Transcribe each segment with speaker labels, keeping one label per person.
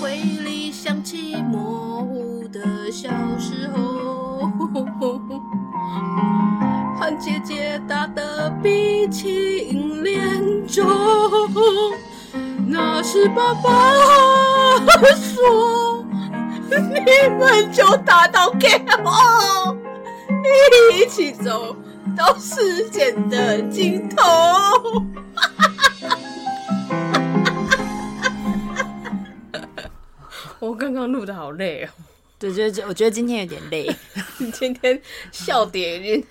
Speaker 1: 嘴里响起模糊的小时候。 和姐姐打的鼻青脸肿，那时爸爸说你们就打到给我，一起走到世界的尽头。我刚刚录的好累哦，
Speaker 2: 对，就是我觉得今天有点 累，
Speaker 1: 今天笑点已经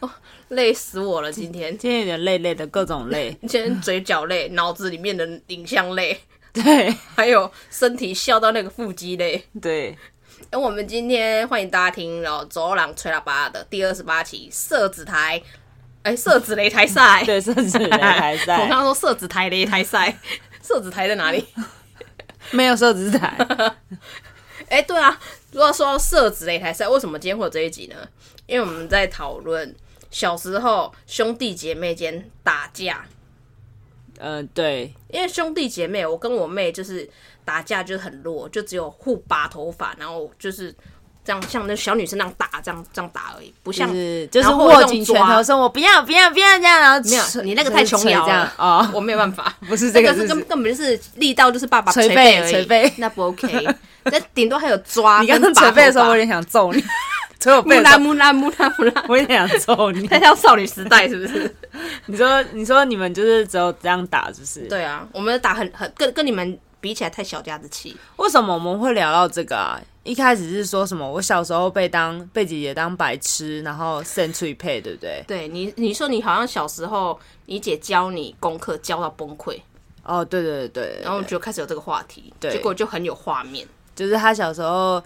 Speaker 1: 哦累死我了，今天。，
Speaker 2: 今天有点累累的各种累
Speaker 1: 今天嘴角累，脑子里面的影像累，
Speaker 2: 对
Speaker 1: 还有身体笑到那个腹肌累。
Speaker 2: 对，
Speaker 1: 那我们今天欢迎大家听然后走廊吹喇叭的第二十八期射子台，哎、射子擂台赛。
Speaker 2: 对，甚至人还
Speaker 1: 我刚
Speaker 2: 在，
Speaker 1: 刚说射子台擂台赛， 射子台在哪里？
Speaker 2: 没有设置 台，
Speaker 1: 哎、对啊，如果说到射子擂台赛，为什么今天会有这一集呢？因为我们在讨论小时候兄弟姐妹间打架，
Speaker 2: 嗯、对，
Speaker 1: 因为兄弟姐妹，我跟我妹就是打架就是很弱，就只有互拔头发，然后就是这样像那小女生那样打，这样这样打而已，不
Speaker 2: 就
Speaker 1: 像
Speaker 2: 是就是
Speaker 1: 然后会
Speaker 2: 握
Speaker 1: 用
Speaker 2: 紧拳
Speaker 1: 抓
Speaker 2: 头说“我不要不要不要”这样，然后
Speaker 1: 没有
Speaker 2: 捶
Speaker 1: 你那个太
Speaker 2: 就是
Speaker 1: 琼
Speaker 2: 捶
Speaker 1: 瑶
Speaker 2: 这样
Speaker 1: 了啊
Speaker 2: 哦，
Speaker 1: 我没有办法，
Speaker 2: 不是这
Speaker 1: 这
Speaker 2: 个
Speaker 1: 个是
Speaker 2: 是不
Speaker 1: 根
Speaker 2: 是
Speaker 1: 根本就是力道就是爸爸
Speaker 2: 捶背
Speaker 1: 背而已
Speaker 2: 捶背
Speaker 1: 那不 OK，那顶多还有 抓
Speaker 2: 哦你
Speaker 1: 跟拔
Speaker 2: 刚
Speaker 1: 头
Speaker 2: 刚
Speaker 1: 发。
Speaker 2: 捶背的时候，我有点想揍 你，捶我
Speaker 1: 木
Speaker 2: 背的时
Speaker 1: 拉
Speaker 2: 候，
Speaker 1: 木拉木拉木拉，
Speaker 2: 我有点想揍 你。
Speaker 1: 太像少女时代是不 是？
Speaker 2: 你说你说你们就是只有这样打，是不是？
Speaker 1: 对啊，我们打很很跟跟你们比起来太小家子气，
Speaker 2: 为什么我们会聊到这个啊？一开始是说什么？我小时候被当被姐姐当白痴，然后 century 配，对不对？
Speaker 1: 对你你说你好像小时候你姐教你功课教到崩溃。
Speaker 2: 哦，对对对对，
Speaker 1: 然后就开始有这个话题，
Speaker 2: 对
Speaker 1: 结果就很有画面，
Speaker 2: 就是他小时候，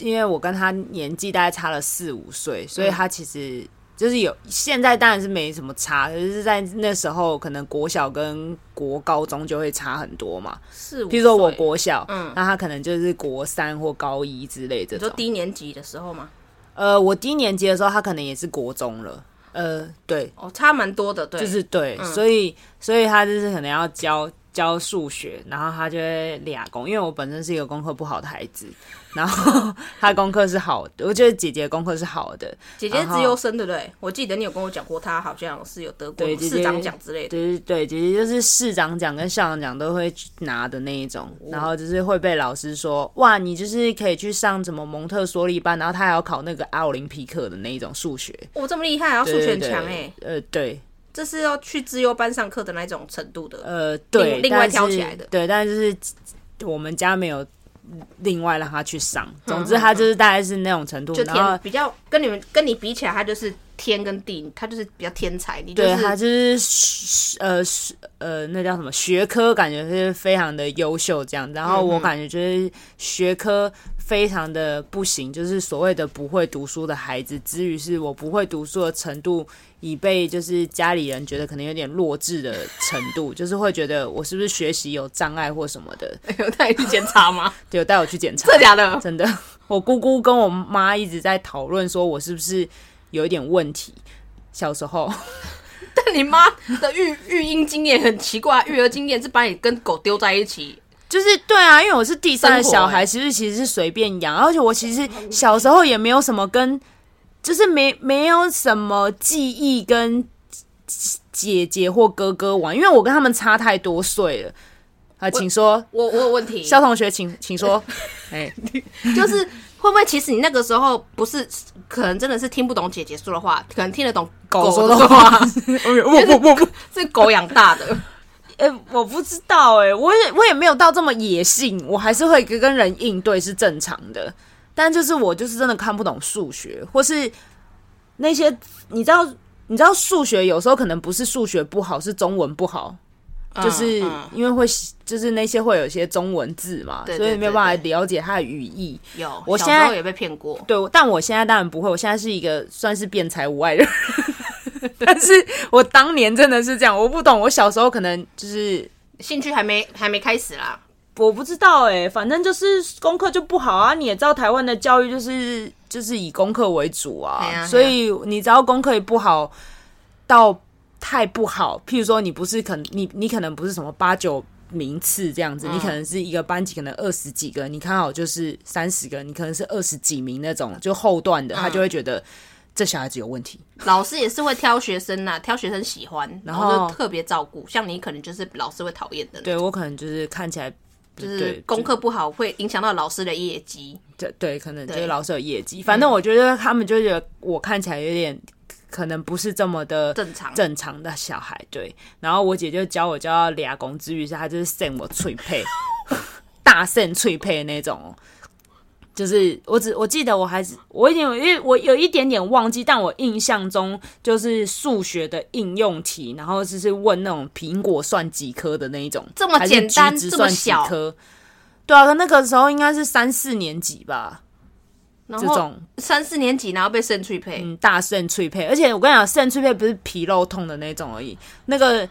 Speaker 2: 因为我跟他年纪大概差了四五岁，
Speaker 1: 嗯
Speaker 2: 所以他其实就是有现在当然是没什么差，可是在那时候可能国小跟国高中就会差很多嘛。
Speaker 1: 是，
Speaker 2: 譬如说我国小，
Speaker 1: 嗯
Speaker 2: 那他可能就是国三或高一之类这
Speaker 1: 你说
Speaker 2: 种。
Speaker 1: 低年级的时候嘛，
Speaker 2: 呃，我低年级的时候，他可能也是国中了。呃，对，
Speaker 1: 哦，差蛮多的，对，
Speaker 2: 就是对，
Speaker 1: 嗯
Speaker 2: 所以所以他就是可能要教教数学，然后他就会俩功，因为我本身是一个功课不好的孩子， 然 后他功课是好的，我觉得姐姐功课是好的，
Speaker 1: 姐姐是
Speaker 2: 然后
Speaker 1: 资优生，对不对？我记得你有跟我讲过，她好像是有得过
Speaker 2: 对姐姐
Speaker 1: 市长奖之类的，
Speaker 2: 对对，姐姐就是市长奖跟校长奖都会去拿的那一种，
Speaker 1: 哦
Speaker 2: 然后就是会被老师说哇，你就是可以去上什么蒙特梭利班，然后他还要考那个奥林匹克的那一种数学，
Speaker 1: 哦，这么厉害，然后数学很
Speaker 2: 对
Speaker 1: 强哎，，
Speaker 2: 对对呃，对。
Speaker 1: 这是要去资优班上课的那种程度的，
Speaker 2: 呃，对，
Speaker 1: 另外
Speaker 2: 但是
Speaker 1: 挑起来的
Speaker 2: 对，但是我们家没有另外让他去上。总之，他就是大概是那种程度，
Speaker 1: 嗯就
Speaker 2: 然后
Speaker 1: 天比较跟你们跟你比起来，她就是天跟地，她就是比较天才，你就
Speaker 2: 对他
Speaker 1: 是
Speaker 2: 就是呃呃，那叫什么学科，感觉是非常的优秀这样。然
Speaker 1: 嗯
Speaker 2: 后我感觉就是学科非常的不行，就是所谓的不会读书的孩子。至于是我不会读书的程度，已被就是家里人觉得可能有点弱智的程度，就是会觉得我是不是学习有障碍或什么 的，
Speaker 1: 有带你去检查 吗？
Speaker 2: 对，有带我去检查
Speaker 1: 真。的假的？
Speaker 2: 真的，我姑姑跟我妈一直在讨论，说我是不是有一点问题。小时候，
Speaker 1: 但你妈的育育婴经验很奇怪，育儿经验是把你跟狗丢在一起，
Speaker 2: 就是对啊，因为我是第三个
Speaker 1: 生活
Speaker 2: 小
Speaker 1: 欸
Speaker 2: 孩，其实其实是随便养，而且我其实小时候也没有什么跟，就是没没有什么记忆跟姐姐姐或哥哥玩，因为我跟他们差太多岁了。啊，请说，
Speaker 1: 我我有问 题，
Speaker 2: 肖同学，请请说。哎、
Speaker 1: 就是会不会其实你那个时候不是，可能真的是听不懂姐姐说的话，可能听得懂
Speaker 2: 狗说
Speaker 1: 的
Speaker 2: 的话，我我我我，
Speaker 1: 是狗养大的。
Speaker 2: 哎、我不知道哎、我也我也没有到这么野性，我还是会跟跟人应对是正常的，但就是我就是真的看不懂数学，或是那些你知道你知道数学有时候可能不是数学不好，是中文不好，就是
Speaker 1: 嗯嗯
Speaker 2: 因为会就是那些会有一些中文字嘛，
Speaker 1: 对
Speaker 2: 所以
Speaker 1: 对
Speaker 2: 没有办
Speaker 1: 对
Speaker 2: 法了解它的语义。
Speaker 1: 有，
Speaker 2: 我
Speaker 1: 小
Speaker 2: 现在
Speaker 1: 时候也被骗过。
Speaker 2: 对，我但我现在当然不会，我现在是一个算是辩才无碍的人。 但是我当年真的是这样，我不懂。我小时候可能就是
Speaker 1: 兴趣还没还没开始啦，
Speaker 2: 我不知道哎、反正就是功课就不好啊。你也知道台湾的教育就是就是以功课为主啊，
Speaker 1: 哎呀
Speaker 2: 所以你只要功课也不好到太不好，譬如说你不是可你你可能不是什么八九名次这样子，你可能是一个班级可能二十几个，你刚好就是三十个，你可能是二十几名那种就后段的，他就会觉得这小孩子有问题。
Speaker 1: 老师也是会挑学生呐、啊挑学生喜欢，然
Speaker 2: 后
Speaker 1: 后就特别照顾。像你可能就是老师会讨厌的，，
Speaker 2: 对我可能就是看起来就
Speaker 1: 就是功课不好会影响到老师的业绩。
Speaker 2: 对对，可能就
Speaker 1: 对嗯
Speaker 2: 是老师有业绩。反正我觉得他们就觉得我看起来有点可能不是这么的
Speaker 1: 正常
Speaker 2: 正常的小孩，对。然后我姐就教我教到俩公之余下，她就是扇我脆配，大扇脆配的那种哦。就是我只我记得我还是我有点因为我有一点点忘记，但我印象中就是数学的应用题，然后就是问那种苹果算几颗的那一种，
Speaker 1: 这么
Speaker 2: 还是
Speaker 1: 简单
Speaker 2: 橘子
Speaker 1: 这么
Speaker 2: 算几
Speaker 1: 小
Speaker 2: 颗？对啊，那个时候应该是三四年级吧，
Speaker 1: 然
Speaker 2: 这
Speaker 1: 后
Speaker 2: 种
Speaker 1: 三四年级，然后被圣翠配，
Speaker 2: 嗯大肾脆配，而且我跟你讲，肾脆配不是皮肉痛的那种而已，那个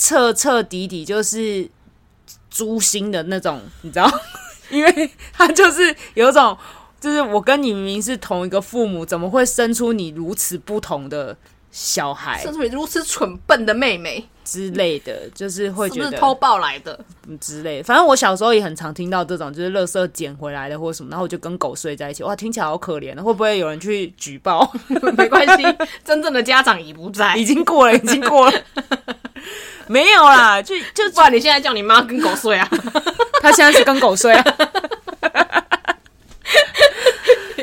Speaker 2: 彻彻底底就是诛心的那种，你知道？ 因为他就是有一种，就是我跟你明明是同一个父母，怎么会生出你如此不同的小孩
Speaker 1: 圣翠如此蠢笨的妹妹，
Speaker 2: 之类的？就是会
Speaker 1: 是不
Speaker 2: 觉
Speaker 1: 是
Speaker 2: 得嗯
Speaker 1: 偷抱来的？
Speaker 2: 之类的。反正我小时候也很常听到这种，就是垃圾捡回来的或什么，然后我就跟狗睡在一起，哇，听起来好可怜哦，会不会有人去举报？
Speaker 1: 没关系，真正的家长已不在
Speaker 2: 已。经过了，已经过了， 没有啦，就就
Speaker 1: 不然你现在叫你妈跟狗睡啊，
Speaker 2: 他现在是跟狗睡啊，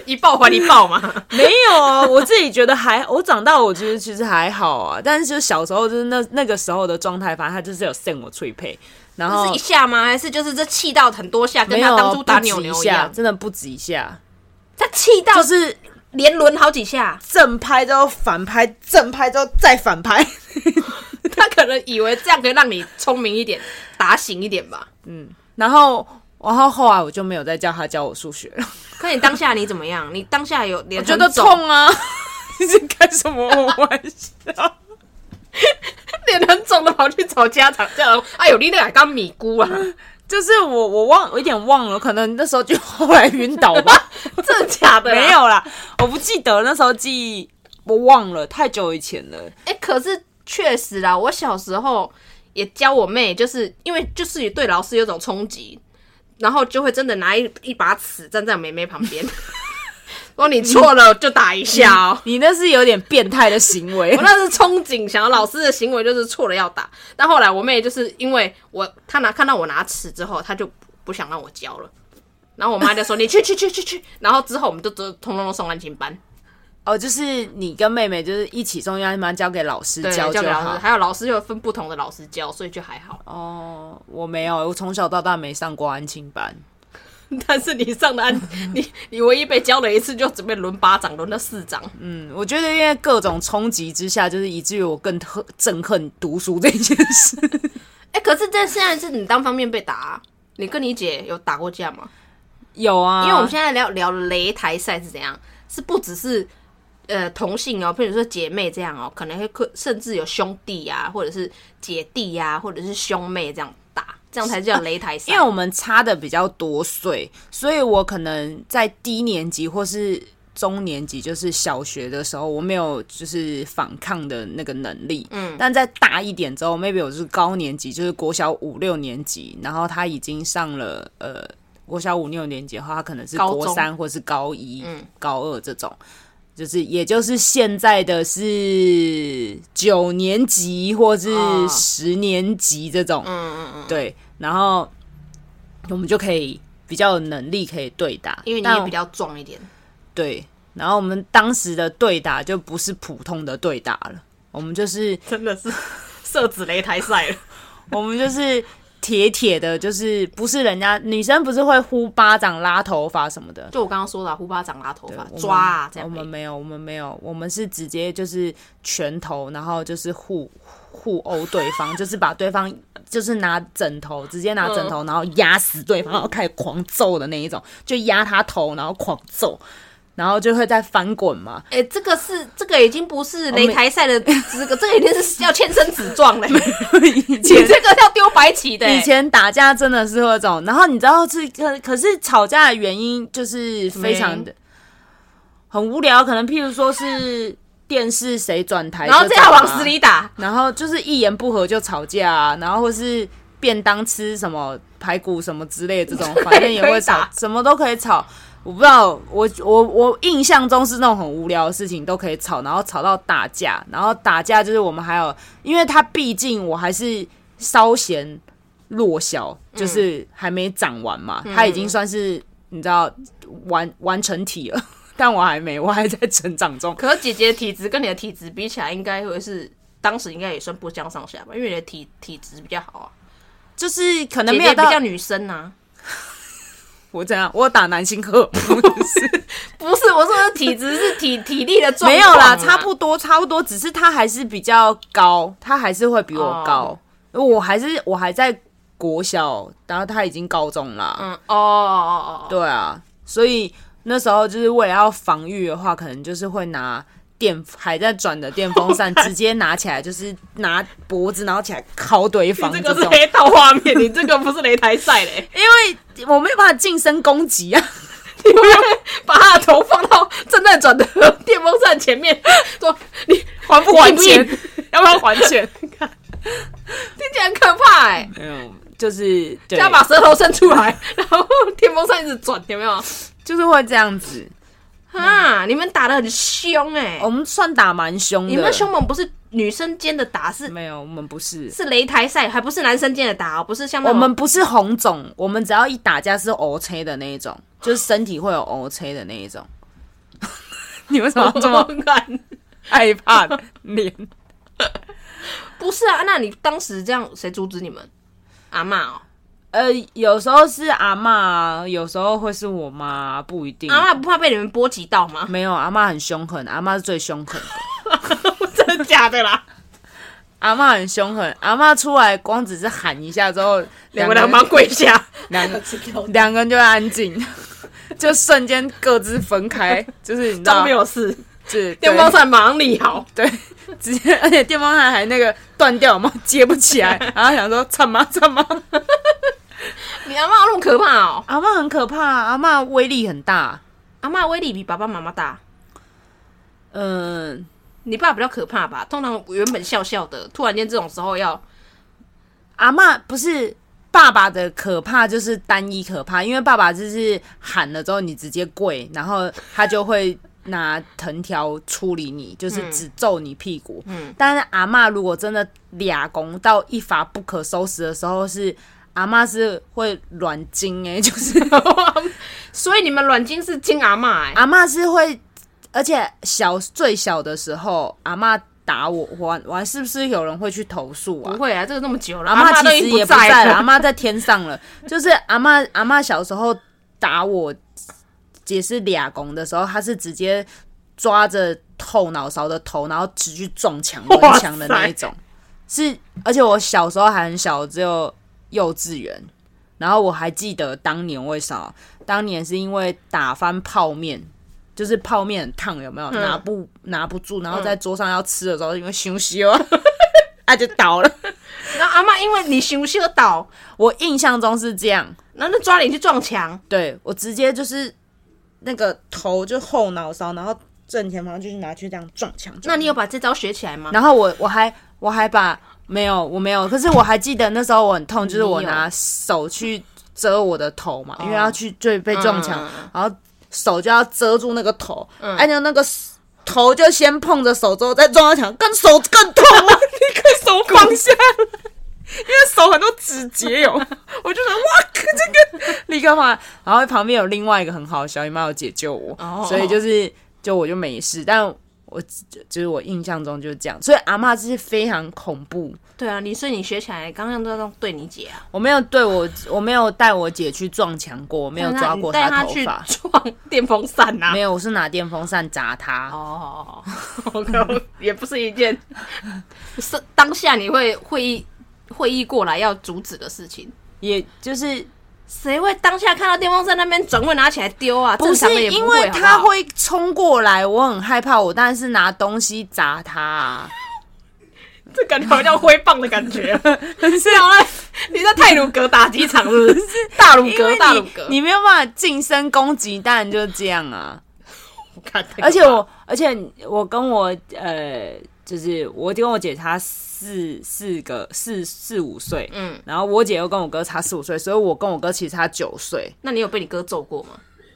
Speaker 1: 一抱还一抱嘛。
Speaker 2: 没有啊，我自己觉得还，我长大我觉得其实还好啊，但是就是小时候就是那那个时候的状态，反正他就是有扇我脆配，然
Speaker 1: 是
Speaker 2: 后
Speaker 1: 一下吗？还是就是这气到很多下，跟
Speaker 2: 没
Speaker 1: 他
Speaker 2: 有
Speaker 1: 当初打
Speaker 2: 不
Speaker 1: 扭
Speaker 2: 止一
Speaker 1: 牛一
Speaker 2: 下，
Speaker 1: 样？啊
Speaker 2: 真的不止一下，
Speaker 1: 他气到
Speaker 2: 就是
Speaker 1: 连轮好几下，
Speaker 2: 正拍之后反拍，正拍之后再反拍，
Speaker 1: 他可能以为这样可以让你聪明一点、打醒一点吧。
Speaker 2: 然后然后后来我就没有再叫他教我数学了。
Speaker 1: 可你当下你怎么样？你当下有脸
Speaker 2: 我觉得
Speaker 1: 很肿，
Speaker 2: 痛啊！ 你是开什么玩笑？
Speaker 1: 脸很肿的跑去找家长，这样，哎呦，你那个刚米姑 啊，
Speaker 2: 就是我我忘我有点忘了，可能那时候就后来晕倒 吧，啊
Speaker 1: 真的假的？啊
Speaker 2: 没。有啦，我不记得那时候记忆我忘了，太久以前了。
Speaker 1: 哎、可是确实啦，我小时候也教我妹，就是因为就是对老师有种冲击，然后就会真的拿一一把尺站在我妹妹旁 边，说你错了就打一下哦。
Speaker 2: 你那是有点变态的行为
Speaker 1: 我，那是憧憬，想要老师的行为就是错了要打。但后来我妹就是因为我，她拿看到我拿尺之后，她就不不想让我教了。然后我妈就说：“你去去去去去。”然后之后我们就都通通都送安亲班，
Speaker 2: 哦，就是你跟妹妹就是一起送安班交给老师
Speaker 1: 对，
Speaker 2: 教
Speaker 1: 交
Speaker 2: 就
Speaker 1: 给老师，
Speaker 2: 好。
Speaker 1: 还有老师又分不同的老师教，所以就还好。
Speaker 2: 哦，我没有，我从小到大没上过安亲班。
Speaker 1: 但是你上的安，你你唯一被教了一次，就只被轮巴掌，轮了四掌。
Speaker 2: 嗯，我觉得因为各种冲击之下，就是以至于我更特憎恨读书这件事。
Speaker 1: 哎、可是这现在是你单方面被打、啊，你跟你姐有打过架吗？
Speaker 2: 有啊，
Speaker 1: 因为我们现在聊聊擂台赛是怎样，是不只是呃同性哦，譬如说姐妹这样哦，可能会可甚至有兄弟啊，或者是姐弟啊，或者是兄妹这样打，这样才叫擂台 赛。
Speaker 2: 因为我们差的比较多岁，所以我可能在低年级或是中年级，就是小学的时候，我没有就是反抗的那个能力。嗯，但在大一点之后，maybe 我是高年级，就是国小五六年级，然后他已经上了呃国小五六年级的话，他可能是
Speaker 1: 高
Speaker 2: 国
Speaker 1: 中嗯
Speaker 2: 三或是高一、高二这种。就是，也就是现在的是九年级或是
Speaker 1: 哦
Speaker 2: 十年级这种，
Speaker 1: 嗯嗯嗯，
Speaker 2: 对，然后我们就可以比较有能力可以对打，
Speaker 1: 因为你
Speaker 2: 但
Speaker 1: 也比较壮一点，
Speaker 2: 对。然后我们当时的对打就不是普通的对打了，我们就是
Speaker 1: 真的是设置擂台赛了。
Speaker 2: 我们就是铁铁的，就是不是人家女生不是会呼巴掌、拉头发什么的，
Speaker 1: 就我刚刚说的啊、呼巴掌、拉头发
Speaker 2: 我、们
Speaker 1: 抓啊，这
Speaker 2: 我
Speaker 1: 样
Speaker 2: 们没有，我们没有，我们是直接就是拳头，然后就是互互殴对方， 就是把对方就是拿枕头，直接拿枕
Speaker 1: 嗯
Speaker 2: 头，然后压死对方，然后开始狂揍的那一种，就压他头，然后狂揍，然后就会再翻滚 嘛。
Speaker 1: 哎、这个是这个已经不是
Speaker 2: 们
Speaker 1: 擂台赛的资格，这个已经是要签生死状嘞，你
Speaker 2: 以前
Speaker 1: 这个要丢白旗的、
Speaker 2: 以前打架真的是会这种，然后你知道这可可是吵架的原因就是非常的很无聊，可能譬如说是电视谁转台、
Speaker 1: 欸然后这样往死
Speaker 2: 里。
Speaker 1: 里打，
Speaker 2: 然后就是一言不合就吵架、啊，然后或是便当吃什么排骨什么之类的这种，反正也 会
Speaker 1: 可以
Speaker 2: 吵
Speaker 1: 打，
Speaker 2: 什么都可以吵。我不知道，我我我印象中是那种很无聊的事情都可以吵，然后吵到打架，然后打架就是我们还有，因为他毕竟我还是稍嫌弱小，
Speaker 1: 嗯
Speaker 2: 就是还没长完嘛，他已经算是你知道完完成体了， 但我还没，我还在成长中。
Speaker 1: 可是姐姐的体质跟你的体质比起来，应该会是当时应该也算不相上下吧，因为你的体体质比较好啊，
Speaker 2: 就是可能
Speaker 1: 姐姐
Speaker 2: 没有
Speaker 1: 比
Speaker 2: 到
Speaker 1: 较女生啊。
Speaker 2: 我怎样，我有打男性 荷尔蒙
Speaker 1: 不是，我说的体质是体体力的状况、啊
Speaker 2: 没有啦，差不多差不多，只是他还是比较高，他还是会比我高，
Speaker 1: 哦
Speaker 2: 我还是我还在国小，然后他已经高中啦，
Speaker 1: 嗯哦哦哦哦，
Speaker 2: 对啊，所以那时候就是为了要防御的话，可能就是会拿电还在转的电风扇直接拿起来，就是拿脖子然后起来敲对 方这种，
Speaker 1: 道画面，你这个不是擂台赛嘞，
Speaker 2: 因为我没有办法近身攻击啊。
Speaker 1: 你不要把他的头放到正在转的 电风扇前面，说你还不
Speaker 2: 还 钱
Speaker 1: 硬？要不要还钱？听起来很可怕哎、欸，
Speaker 2: 没有，啊就是对
Speaker 1: 要把舌头伸出来，然后电风扇一直转，有没有？
Speaker 2: 就是会这样子。
Speaker 1: 啊，你们打的很凶哎、
Speaker 2: 我们算打蛮凶的，
Speaker 1: 你们凶猛不是女生间的打，是
Speaker 2: 没有？我们不是，
Speaker 1: 是擂台赛，还不是男生间的打哦，不是像那
Speaker 2: 我
Speaker 1: 种
Speaker 2: 们不是红肿，我们只要一打架是 O C 的那一种，就是身体会有 O C 的那一种。你为什么要这么
Speaker 1: 干。
Speaker 2: 害怕脸？
Speaker 1: 不是啊，那你当时这样谁阻止你们？阿嬷哦、
Speaker 2: 呃，有时候是阿妈，有时候会是我妈，不一定。
Speaker 1: 阿嬷不怕被你们波及到吗？
Speaker 2: 没有，阿妈很凶狠，阿妈是最凶狠的。
Speaker 1: 真的假的啦？
Speaker 2: 阿妈很凶狠，阿妈出来光只是喊一下之后，两个人
Speaker 1: 跪下，
Speaker 2: 两个两个人就会安静， 就瞬间各自分开，就是你知道，
Speaker 1: 有事，
Speaker 2: 是
Speaker 1: 电风扇哦马上理 好。
Speaker 2: 对， 直接，而且电风扇还那个断掉嘛，接不起来，然后想说惨吗惨吗？
Speaker 1: 你阿嬷那么可怕哦、
Speaker 2: 阿妈很可怕，啊阿妈威力很大，
Speaker 1: 阿嬷威力比爸爸妈妈大。
Speaker 2: 嗯、
Speaker 1: 你爸比较可怕吧？通常原本笑笑的，突然间这种时候要
Speaker 2: 阿妈不是爸爸的可怕，就是单一可怕，因为爸爸就是喊了之后你直接跪，然后他就会拿藤条处理你，就是只揍你屁股。嗯，但是阿妈如果真的俩攻到一发不可收拾的时候是。阿妈是会软筋哎、就是
Speaker 1: 所以你们软禁是金阿嬷哎、
Speaker 2: 阿妈是会，而且小最小的时候，阿妈打我，我我还是不是有人会去投诉啊
Speaker 1: 不？会啊，这个那么久了，
Speaker 2: 阿
Speaker 1: 妈
Speaker 2: 妈
Speaker 1: 都
Speaker 2: 其
Speaker 1: 已
Speaker 2: 实
Speaker 1: 经
Speaker 2: 也不
Speaker 1: 在
Speaker 2: 在了，阿妈在天上了。 就是阿妈阿妈小时候打我也是俩拱的时候，她是直接抓着后脑勺的头，然后直去撞墙
Speaker 1: 哇
Speaker 2: 门墙的那一种。是，而且我小时候还很小，只有幼稚园。然后我还记得当年为啥？当年是因为打翻泡面，就是泡面很烫，有没有、拿不拿不住？然后在桌上要吃的时候，因为休息哦， 啊就倒了。
Speaker 1: 然后阿嬷因为你休息而倒，
Speaker 2: 我印象中是这样，
Speaker 1: 然后就抓你去撞墙，
Speaker 2: 对我直接就是那个头就后脑勺，然后正前方就是拿去这样撞墙。
Speaker 1: 那你有把这招学起来吗？
Speaker 2: 然后我我还我还把没有我没有，可是我还记得那时候我很痛，就是我拿手去遮我的头嘛，因为要去就被撞墙，
Speaker 1: 哦嗯
Speaker 2: 然后手就要遮住那个头，按照那个头就先碰着手之后再撞到墙，更手更痛啊了，那个手放下了。因为手很多指 节有，我就想哇，这个立刻放下。然后旁边有另外一个很好的小姨妈有解救我，
Speaker 1: 哦
Speaker 2: 所以就是就我就没事，但我就是我印象中就是这样，所以阿嬷就是非常恐怖。
Speaker 1: 对啊，你所以你学起来，刚刚都要对你姐啊，
Speaker 2: 我没有对我，我没有带我姐去撞墙过，我没有抓过
Speaker 1: 你带
Speaker 2: 她
Speaker 1: 她
Speaker 2: 的头
Speaker 1: 去
Speaker 2: 发，
Speaker 1: 撞电风扇呐、
Speaker 2: 没有，我是拿电风扇砸她。
Speaker 1: 哦，OK，也不是一 件是当下你会会议会议过来要阻止的事情。
Speaker 2: 也就是
Speaker 1: 谁会当下看到电风扇那边转过来拿起来丢啊？
Speaker 2: 不
Speaker 1: 正常的
Speaker 2: 是
Speaker 1: 也
Speaker 2: 因
Speaker 1: 不
Speaker 2: 为
Speaker 1: 好不
Speaker 2: 她
Speaker 1: 好
Speaker 2: 会冲过来，我很害怕，我当然是拿东西砸她、啊。
Speaker 1: 这感觉好像挥棒的感觉， 是啊， 你在泰鲁格打几场是不是？ 大鲁
Speaker 2: 因为
Speaker 1: 格，大鲁
Speaker 2: 你
Speaker 1: 格，
Speaker 2: 你没有办法近身攻击，当然就这样啊。
Speaker 1: 看太可怕
Speaker 2: 而且我，而且我跟我呃就是我跟我姐差四四个四四五岁，
Speaker 1: 嗯，
Speaker 2: 然后我姐又跟我哥差四五岁，所以我跟我哥其实差九岁。
Speaker 1: 那你有被你哥揍过吗？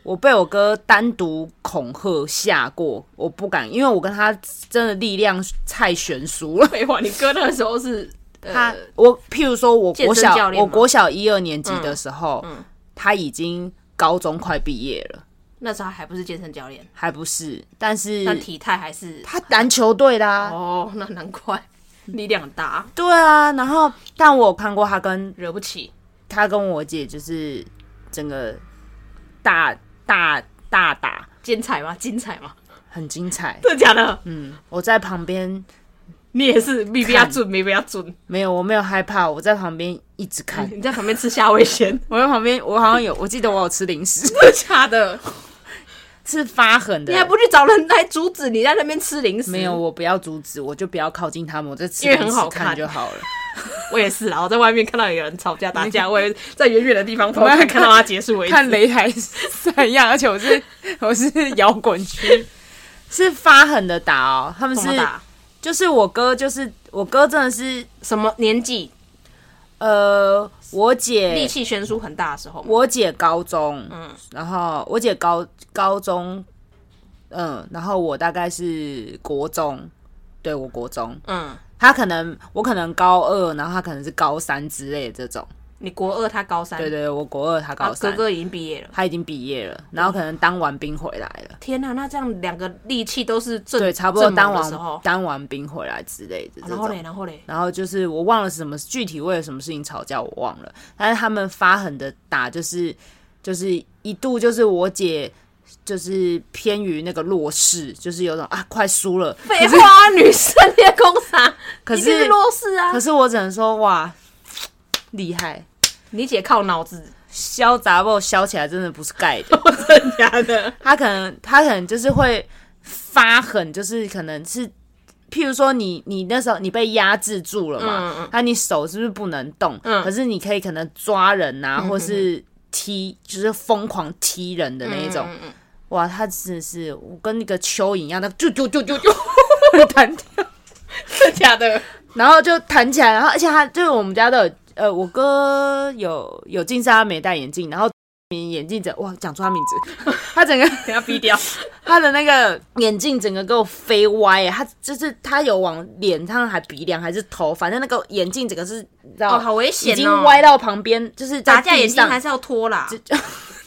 Speaker 2: 我被我哥单独恐吓吓过，我不敢，因为我跟他真的力量太悬殊了。
Speaker 1: 废话，你哥那个时候是
Speaker 2: 他
Speaker 1: 呃，
Speaker 2: 我譬如说，我
Speaker 1: 健
Speaker 2: 国
Speaker 1: 身
Speaker 2: 小
Speaker 1: 教练
Speaker 2: 我
Speaker 1: 吗嗯
Speaker 2: 国小一二年级的时候，他已经高中快毕业了，
Speaker 1: 那时候还不是健身教练，
Speaker 2: 还不是，但是
Speaker 1: 但体态还是
Speaker 2: 他篮球队的啊，
Speaker 1: 哦，那难怪力量很大，
Speaker 2: 对啊，然后但我有看过他跟
Speaker 1: 惹不起。
Speaker 2: 他跟我姐就是整个大大大打，
Speaker 1: 精彩吗？精彩吗？
Speaker 2: 很精彩。
Speaker 1: 真的假的？嗯，
Speaker 2: 我在旁边
Speaker 1: 你也是比比较准，比比较准。
Speaker 2: 没有，我没有害怕，我在旁边一直看，
Speaker 1: 你在旁边吃虾味鲜，
Speaker 2: 我在旁边，我好像有，我记得我有吃零 食，
Speaker 1: 真的假的？
Speaker 2: 是发狠的。
Speaker 1: 你还不去找人来阻止你在那边吃零食？
Speaker 2: 没有，，我不要阻止，我就不要靠近他们，我就吃
Speaker 1: 因为
Speaker 2: 零食
Speaker 1: 很好
Speaker 2: 看
Speaker 1: 看
Speaker 2: 就好了。
Speaker 1: 我也是啊。我在外面看到有人吵架打架，我也在远远的地方偷
Speaker 2: 我要
Speaker 1: 看，
Speaker 2: 看
Speaker 1: 看到他结束为止。
Speaker 2: 看擂台赛一样，而且我是我是摇滚区， 是发狠的打哦。他们
Speaker 1: 怎
Speaker 2: 是
Speaker 1: 么打？
Speaker 2: 就是我哥，就是我哥，真的是
Speaker 1: 什么年纪？
Speaker 2: 呃，我
Speaker 1: 力
Speaker 2: 姐，
Speaker 1: 气悬殊很大的时候吗，
Speaker 2: 我姐高中，
Speaker 1: 嗯
Speaker 2: 然后我姐高高中，嗯，然后我大概是国中，对我国中，
Speaker 1: 嗯，
Speaker 2: 她可能我可能高二，然后她可能是高三之类的这种，
Speaker 1: 你国二，他高三，
Speaker 2: 对对，对我国二，她
Speaker 1: 啊
Speaker 2: 高
Speaker 1: 哥
Speaker 2: 三，
Speaker 1: 哥已经毕业了。
Speaker 2: 她已经毕业了，然后可能当完兵回来了。
Speaker 1: 天呐、那这样两个力气都是正
Speaker 2: 对，差不多
Speaker 1: 正
Speaker 2: 当
Speaker 1: 猛的时
Speaker 2: 完
Speaker 1: 候，啊
Speaker 2: 当完兵回来之类的这
Speaker 1: 然后
Speaker 2: 种
Speaker 1: 嘞，。然后嘞，
Speaker 2: 然后就是我忘了是什么具体为了什么事情吵架，我忘了。但是他们发狠的打，就是就是一度就是我姐就是偏于那个弱势，就是有种啊快输了。
Speaker 1: 废话，女生也攻 啥？
Speaker 2: 可
Speaker 1: 一定
Speaker 2: 是
Speaker 1: 弱势啊
Speaker 2: 可！是我只能说哇，厉害，
Speaker 1: 你姐靠脑子，
Speaker 2: 削杂爆削起来真的不是盖的。
Speaker 1: 真假 的？
Speaker 2: 他可能他可能就是会发狠，就是可能是，譬如说你你那时候你被压制住了嘛
Speaker 1: 嗯嗯，
Speaker 2: 那、你手是不是不能动？
Speaker 1: 嗯
Speaker 2: 可是你可以可能抓人啊，或是踢，就是疯狂踢人的那一种。
Speaker 1: 嗯嗯
Speaker 2: 哇，他真的是我跟那个蚯蚓一样，那就就就就就弹跳，
Speaker 1: 真假的？
Speaker 2: 然后就弹起来，然后而且他就是我们家的呃，我哥有有近视，他没戴眼镜，然后眼镜者哇，讲出他名字，他整个。
Speaker 1: 给他逼掉。
Speaker 2: 他的那个眼镜整个给我飞歪耶，他就是他有往脸上还鼻梁还是头，反正那个眼镜整个是你知道、
Speaker 1: 哦，好危
Speaker 2: 已
Speaker 1: 险
Speaker 2: 经
Speaker 1: 哦！
Speaker 2: 歪到旁边，就是在
Speaker 1: 打架
Speaker 2: 地
Speaker 1: 眼睛
Speaker 2: 上
Speaker 1: 还是要脱啦，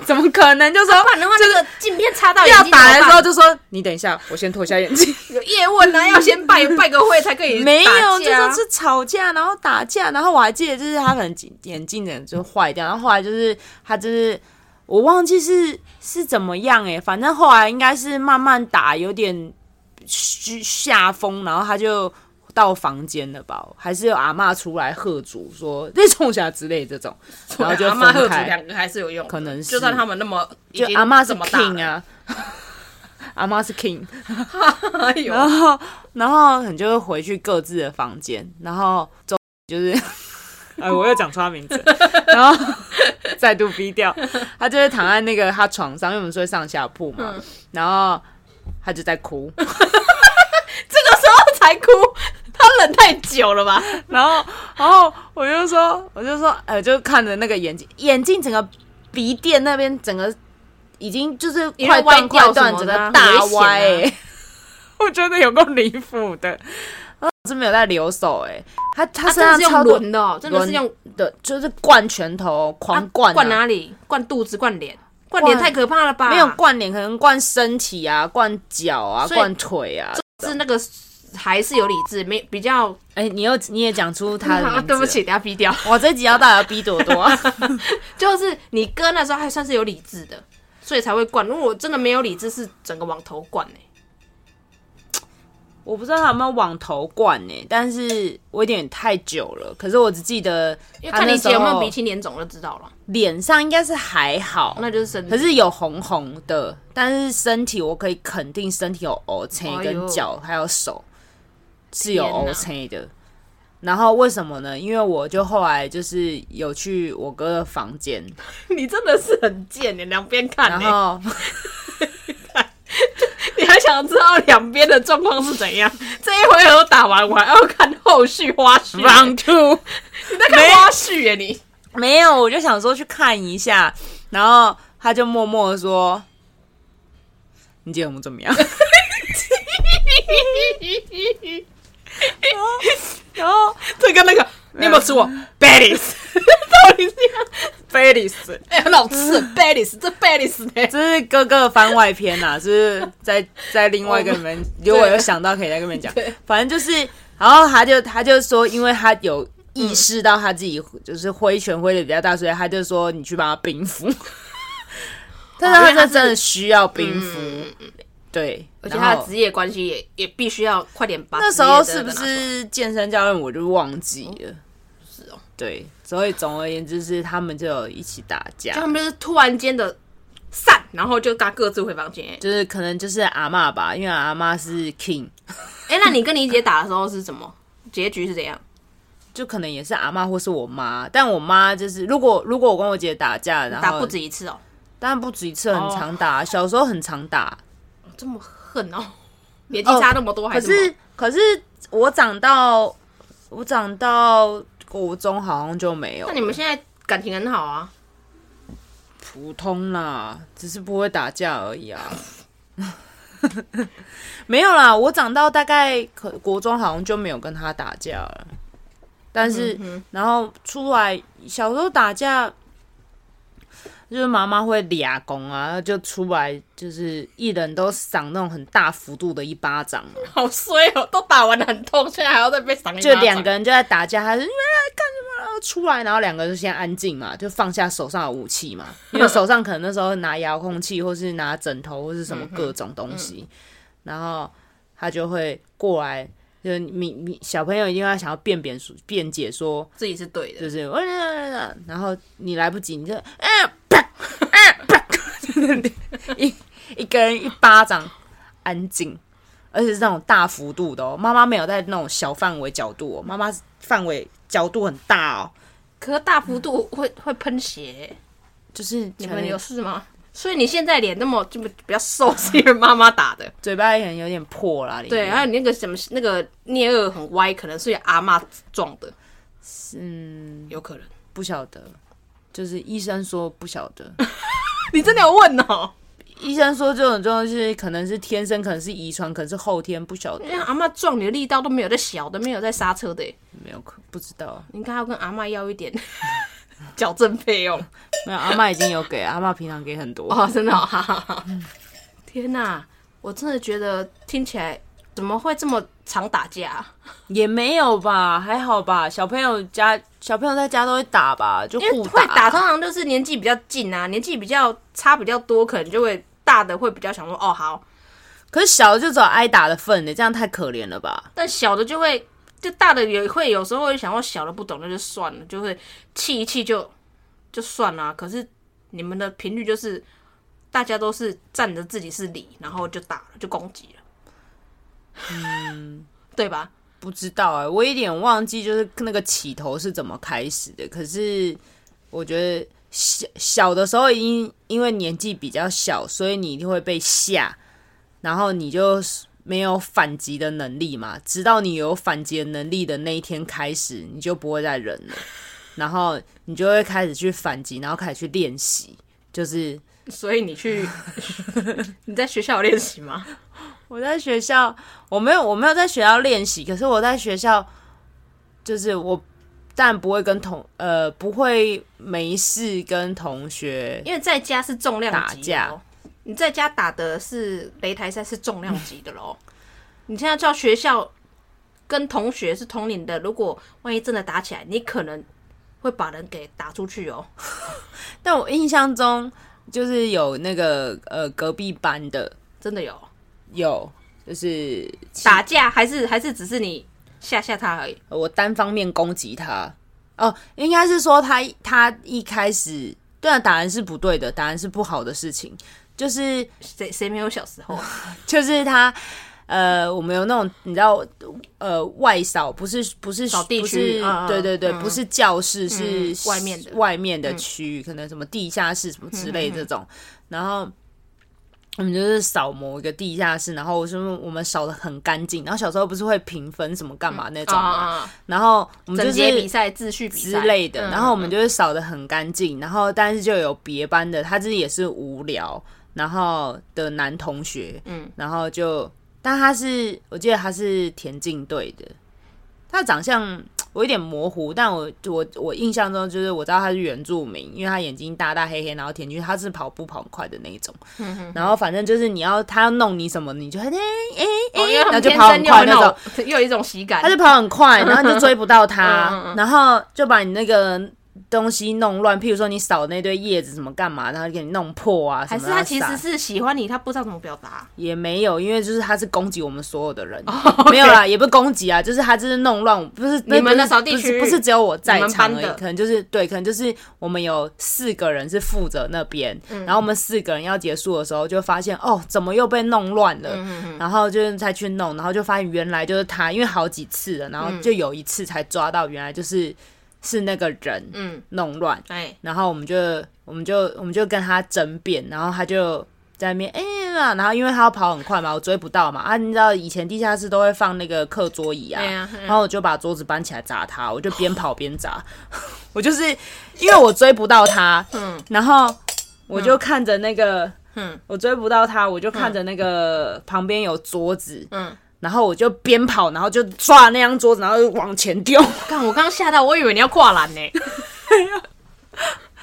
Speaker 2: 怎么可能？就说
Speaker 1: 不然的话那个镜片插到眼
Speaker 2: 要
Speaker 1: 睛
Speaker 2: 打的时
Speaker 1: 怎么
Speaker 2: 候就说你等一下，我先脱下眼镜。
Speaker 1: 办有叶问啊，要先 拜拜个会才可以打架。啊
Speaker 2: 没有，就是是吵架，然后打架，然后我还记得就是他可能眼镜的就坏掉，然后后来就是他就是我忘记是是怎么样哎、反正后来应该是慢慢打，有点虚下风，然后他就到房间了吧，还是有阿嬷出来喝阻说那冲下之类这种，然后啊就
Speaker 1: 阿妈
Speaker 2: 分
Speaker 1: 和主
Speaker 2: 开，
Speaker 1: 两个还是有用的，
Speaker 2: 可能是
Speaker 1: 就算他们那么
Speaker 2: 就
Speaker 1: 已经
Speaker 2: 阿嬷是
Speaker 1: 这么大了
Speaker 2: king，啊， 阿嬷是 king。
Speaker 1: 哎呦，
Speaker 2: 然后然后你就会回去各自的房间，然后周就是。 哎，我又讲出他名字， 然后再度逼掉。他就会躺在那个他床上，因为我们睡上下铺嘛，然后他就在哭，
Speaker 1: 这个时候才哭，他忍太久了 吧？
Speaker 2: 然后然后我就说，我就说，哎，就看着那个眼睛，眼睛整个鼻垫那边整个已经就是
Speaker 1: 因为
Speaker 2: 快断
Speaker 1: 歪掉
Speaker 2: 快断，
Speaker 1: 什
Speaker 2: 整
Speaker 1: 么的
Speaker 2: 个
Speaker 1: 啊
Speaker 2: 大
Speaker 1: 很危险啊
Speaker 2: 歪、欸， 我觉得有够离谱的。然后是没有在留手哎、他他
Speaker 1: 他
Speaker 2: 身
Speaker 1: 啊真的
Speaker 2: 上
Speaker 1: 是
Speaker 2: 超
Speaker 1: 用
Speaker 2: 多
Speaker 1: 轮的哦，真的是用
Speaker 2: 的，就是灌拳头，狂灌、啊
Speaker 1: 灌哪里？灌肚子，灌脸，灌脸太可怕了吧？
Speaker 2: 没有灌脸，可能灌身体啊，灌脚啊，
Speaker 1: 所以
Speaker 2: 灌腿啊。
Speaker 1: 是那个还是有理智，没比较。
Speaker 2: 哎、你又你也讲出他 的名
Speaker 1: 啊
Speaker 2: 字、
Speaker 1: 对不，起，等下逼掉。
Speaker 2: 我这集要大家逼朵朵 啊、
Speaker 1: 就是你哥那时候还算是有理智的，所以才会灌。如果我真的没有理智，是整个往头灌哎、
Speaker 2: 我不知道他有没有往头灌呢、欸但是我有点太久了，可是我只记得
Speaker 1: 因为
Speaker 2: 他
Speaker 1: 看
Speaker 2: 啊那
Speaker 1: 你
Speaker 2: 时
Speaker 1: 姐有
Speaker 2: 候
Speaker 1: 没有鼻青脸肿就知道了。
Speaker 2: 脸上应该是还好，
Speaker 1: 那就是身
Speaker 2: 可
Speaker 1: 体。
Speaker 2: 是有红红的，但是身体我可以肯定身体有 O 青
Speaker 1: 哎呦
Speaker 2: 跟脚还有手是有
Speaker 1: 天哪
Speaker 2: O 青的。然后为什么呢？因为我就后来就是有去我哥的房间，
Speaker 1: 欸你真的是很贱，你两边看
Speaker 2: 然
Speaker 1: 哎、
Speaker 2: 后
Speaker 1: 你还想知道两边的状况是怎样。这一回合打完，我还要看后续花絮。
Speaker 2: Round two，
Speaker 1: 你在看花絮耶你？
Speaker 2: 没有，我就想说去看一下，然后他就默默的说：“你觉得我们怎么样？” 然后
Speaker 1: 这跟那个你有没有吃过 b a d i e s 到底是一样？
Speaker 2: 贝里斯，
Speaker 1: 哎、很好吃 b a d i e s 这 b a d i e s 呢？
Speaker 2: 这是哥哥的番外篇呐、就是在在另外跟你们，如果有想到可以再跟你们讲
Speaker 1: 对。
Speaker 2: 反正就是，然后他就他就说，因为他有意识到他自己
Speaker 1: 嗯
Speaker 2: 就是挥拳挥的比较大，所以他就说你去帮他冰 敷。但是
Speaker 1: 哦因
Speaker 2: 他
Speaker 1: 为他是
Speaker 2: 这
Speaker 1: 嗯
Speaker 2: 真的需要冰敷，对，
Speaker 1: 而且他
Speaker 2: 然
Speaker 1: 的
Speaker 2: 后
Speaker 1: 职业关系也也必须要快点把
Speaker 2: 那时候
Speaker 1: 职
Speaker 2: 是
Speaker 1: 业的
Speaker 2: 不
Speaker 1: 拿出来
Speaker 2: 是健身教练我就忘记了，是
Speaker 1: 哦，
Speaker 2: 对，所以总而言之是他们就有一起打架
Speaker 1: 就，他们就是突然间的散，然后就大家各自回房间。欸
Speaker 2: 就是可能就是阿嬷吧，因为阿嬷是 king，
Speaker 1: 哎、那你跟你姐打的时候是什么？结局是怎样？
Speaker 2: 就可能也是阿嬷或是我妈，但我妈就是如果如果我跟我姐打架，然后
Speaker 1: 打不止一次哦，
Speaker 2: 当然不止一次，很常打，小时候很常打，
Speaker 1: 这么恨哦，年纪差那么多还
Speaker 2: 可
Speaker 1: 这么
Speaker 2: 是可是我长到我长到国中好像就没有
Speaker 1: 那你们现在感情很好啊？
Speaker 2: 普通啦，只是不会打架而已啊。 没有啦，我长到大概可国中好像就没有跟他打架了，但是、然后出来小时候打架，就是妈妈会俩拱啊，然后就出来就是一人都赏那种很大幅度的一巴掌啊、
Speaker 1: 好衰哦，都打完了很痛，现在还要再被赏一巴
Speaker 2: 就
Speaker 1: 掌
Speaker 2: 两个人就在打架，还是你们来干什么？然后出来，然后两个就先安静嘛，就放下手上的武器嘛，因为手上可能那时候拿遥控器，或是拿枕头，或是什么各种东西，然后他就会过来，就是你你小朋友一定要想要辩辩说辩解说，
Speaker 1: 自己是对的
Speaker 2: 就，是 我，然后你来不及，你就嗯啪嗯啪，一一个人一巴掌，安静，而且是那种大幅度的哦。妈妈没有在那种小范围角度哦，妈妈范围角度很大哦，
Speaker 1: 可是大幅度会会喷血，
Speaker 2: 就是
Speaker 1: 你
Speaker 2: 可
Speaker 1: 们
Speaker 2: 能
Speaker 1: 有事吗？所以你现在脸那么这么比较瘦，是因为妈妈打的。
Speaker 2: 嘴巴也很有点破啦，里面
Speaker 1: 对，还啊有你那个什么那个颞颌很歪，可能是阿妈撞的，
Speaker 2: 嗯，
Speaker 1: 有可能。
Speaker 2: 不晓得，就是医生说不晓得。
Speaker 1: 你真的有问哦？
Speaker 2: 医生说这种东西可能是天生，可能是遗传，可能是后天，不晓得，
Speaker 1: 因为阿妈撞你的力道都没有在小的，没有在刹车的耶，
Speaker 2: 没有可不知道。
Speaker 1: 你应该要跟阿妈要一 点矫正费用。
Speaker 2: 没有，阿妈已经有给，阿妈平常给很多。
Speaker 1: 哦，真的、哦，哈哈哈。天哪、我真的觉得听起来怎么会这么常打架啊、
Speaker 2: 也没有吧，还好吧。小朋友家小朋友在家都会打吧，就
Speaker 1: 因为
Speaker 2: 互
Speaker 1: 会打通常就是年纪比较近啊，年纪比较差比较多，可能就会大的会比较想说哦好，
Speaker 2: 可是小的就只有挨打的份呢，这样太可怜了吧？
Speaker 1: 但小的就会就大的也会有时候会想说小的不懂那就算了，就会气一气就就算了啊、可是你们的频率就是大家都是站着自己是理，然后就打了就攻击了，嗯， 对吧？
Speaker 2: 不知道哎、我有点忘记就是那个起头是怎么开始的。可是我觉得小小的时候已经因为年纪比较小，所以你一定会被吓，然后你就没有反击的能力嘛。直到你有反击的能力的那一天开始，你就不会再忍了，然后你就会开始去反击，然后开始去练习，就是
Speaker 1: 所以你去你在学校有练习吗？
Speaker 2: 我在学校，我没有，我没有在学校练习，可是我在学校，就是我，但不会跟同呃，不会没事跟同学，
Speaker 1: 因为在家是重量级
Speaker 2: 打
Speaker 1: 的
Speaker 2: 架
Speaker 1: 咯，你在家打的是擂台赛是重量级的喽。 你现在叫学校跟同学是同龄的，如果万一真的打起来，你可能会把人给打出去哦。
Speaker 2: 但我印象中就是有那个呃隔壁班的
Speaker 1: 真的有
Speaker 2: 有，就是
Speaker 1: 打架，还是还是只是你吓吓他而已。
Speaker 2: 我单方面攻击他。哦，应该是说他他一开始对啊，打人是不对的，打人是不好的事情，就是
Speaker 1: 谁谁没有小时候啊？
Speaker 2: 就是他，呃，我们有那种你知道，呃，外扫不是不是
Speaker 1: 扫地
Speaker 2: 不
Speaker 1: 区
Speaker 2: 是
Speaker 1: 嗯嗯
Speaker 2: 对对对，
Speaker 1: 嗯
Speaker 2: 不是教室，
Speaker 1: 嗯
Speaker 2: 是
Speaker 1: 外面的嗯
Speaker 2: 外面的区域，可能什么地下室什么之类这种。然后我们就是扫某一个地下室，然后我说我们扫的很干净，然后小时候不是会评分什么干嘛那种嘛，
Speaker 1: 啊，
Speaker 2: 然后我们就
Speaker 1: 整洁比
Speaker 2: 是
Speaker 1: 赛、秩序比
Speaker 2: 之
Speaker 1: 赛
Speaker 2: 类的，
Speaker 1: 嗯
Speaker 2: 然后我们就是扫的很干净，然后但是就有别班的，他自己也是无聊，然后的男同学，
Speaker 1: 嗯，
Speaker 2: 然后就，但他是我记得他是田径队的，他长相我有点模糊，但我我我印象中就是我知道他是原住民，因为他眼睛大大黑黑，然后田径他是跑步跑很快的那一种，
Speaker 1: 嗯
Speaker 2: 然后反正就是你要他要弄你什么，你就哎哎哎，
Speaker 1: 哦，因为他
Speaker 2: 然后
Speaker 1: 们
Speaker 2: 就
Speaker 1: 天
Speaker 2: 跑
Speaker 1: 生
Speaker 2: 很
Speaker 1: 又有
Speaker 2: 快那种
Speaker 1: 那。种， 又有一种喜感
Speaker 2: 他，就跑很 快，然后你就追不到他，
Speaker 1: 嗯嗯嗯
Speaker 2: 然后就把你那个东西弄乱，譬如说你扫那堆叶子什么干嘛，然后给你弄破啊什
Speaker 1: 还
Speaker 2: 么
Speaker 1: 是
Speaker 2: 的。
Speaker 1: 他其
Speaker 2: 然后
Speaker 1: 实
Speaker 2: 撒
Speaker 1: 是喜欢你，他不知道怎么表达。
Speaker 2: 也没有，因为就是他是攻击我们所有的
Speaker 1: 哦
Speaker 2: 人，没有啦，也不是攻击啊，就是他就是弄乱，不是
Speaker 1: 你们
Speaker 2: 不是
Speaker 1: 的扫地
Speaker 2: 不是
Speaker 1: 区
Speaker 2: 不是只有我在
Speaker 1: 你们
Speaker 2: 场
Speaker 1: 班
Speaker 2: 而已
Speaker 1: 的，
Speaker 2: 可能就是对，可能就是我们有四个人是负责那边，
Speaker 1: 嗯
Speaker 2: 然后我们四个人要结束的时候就发现哦，怎么又被弄乱了，
Speaker 1: 嗯
Speaker 2: 然后就是才去弄，然后就发现原来就是他，因为好几次了，然
Speaker 1: 嗯
Speaker 2: 后就有一次才抓到原来就是是那个人
Speaker 1: 嗯，
Speaker 2: 弄乱，
Speaker 1: 哎，
Speaker 2: 然后我们就我们就我们就跟他争辩，然后他就在那边哎呀、然后因为他要跑很快嘛，我追不到嘛啊，你知道以前地下室都会放那个课桌椅啊，
Speaker 1: 对啊嗯
Speaker 2: 然后我就把桌子搬起来砸他，我就边跑边砸， 我就是因为我追不到他，
Speaker 1: 嗯
Speaker 2: 然后我就看着那个。
Speaker 1: 嗯
Speaker 2: 我追不到他，我就看着那个旁边有桌子，
Speaker 1: 嗯，
Speaker 2: 然后我就边跑，然后就抓那张桌子，然后就往前丢，
Speaker 1: 看我刚刚吓到，我以为你要跨栏 呢，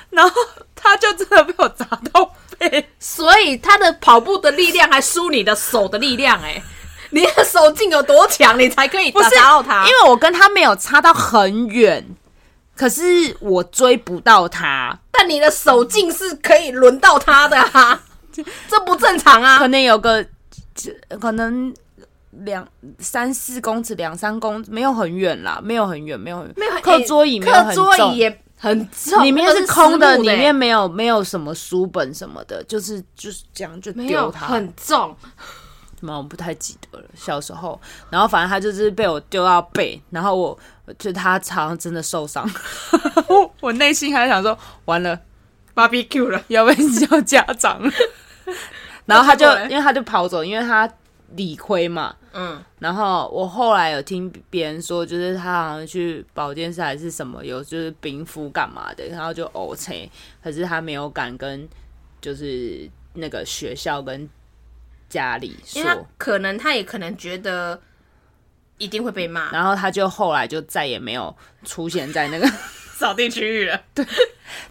Speaker 2: 然后他就真的被我砸到背。
Speaker 1: 所以他的跑步的力量还输你的手的力量哎，你的手劲有多强，你才可以
Speaker 2: 不
Speaker 1: 打
Speaker 2: 是
Speaker 1: 打到他
Speaker 2: 因。为我跟他没有差到很远，可是我追不到他，
Speaker 1: 但你的手劲是可以轮到他的啊， 这不正常啊
Speaker 2: 可！能有个可能两三四公尺、两三公，没有很远啦，没有很远，没有很远。
Speaker 1: 没有哎
Speaker 2: 课桌椅没有
Speaker 1: 课
Speaker 2: 很重
Speaker 1: 桌椅也很重，
Speaker 2: 里面
Speaker 1: 那个
Speaker 2: 是
Speaker 1: 是
Speaker 2: 空的，
Speaker 1: 实木
Speaker 2: 里
Speaker 1: 的
Speaker 2: 面没有没有什么书本什么的，就是就是这样就
Speaker 1: 没有
Speaker 2: 丢它，
Speaker 1: 很重，
Speaker 2: 什么我不太记得了，小时候。然后反正他就是被我丢到背，然后我就他好像真的 受伤，我我内心还想 说完了。
Speaker 1: b 比 Q 了。
Speaker 2: 要被叫家长。然后他就
Speaker 1: 那结果嘞
Speaker 2: 因为他就跑走，因为他理亏嘛。
Speaker 1: 嗯，
Speaker 2: 然后我后来有听别人说，就是他好像去保健室还是什么，有就是冰敷干嘛的，然后就 OK，可是他没有敢跟就是那个学校跟家里
Speaker 1: 因为他
Speaker 2: 说，
Speaker 1: 可能他也可能觉得一定会被骂，
Speaker 2: 然后他就后来就再也没有出现在那个。
Speaker 1: 扫地区域了。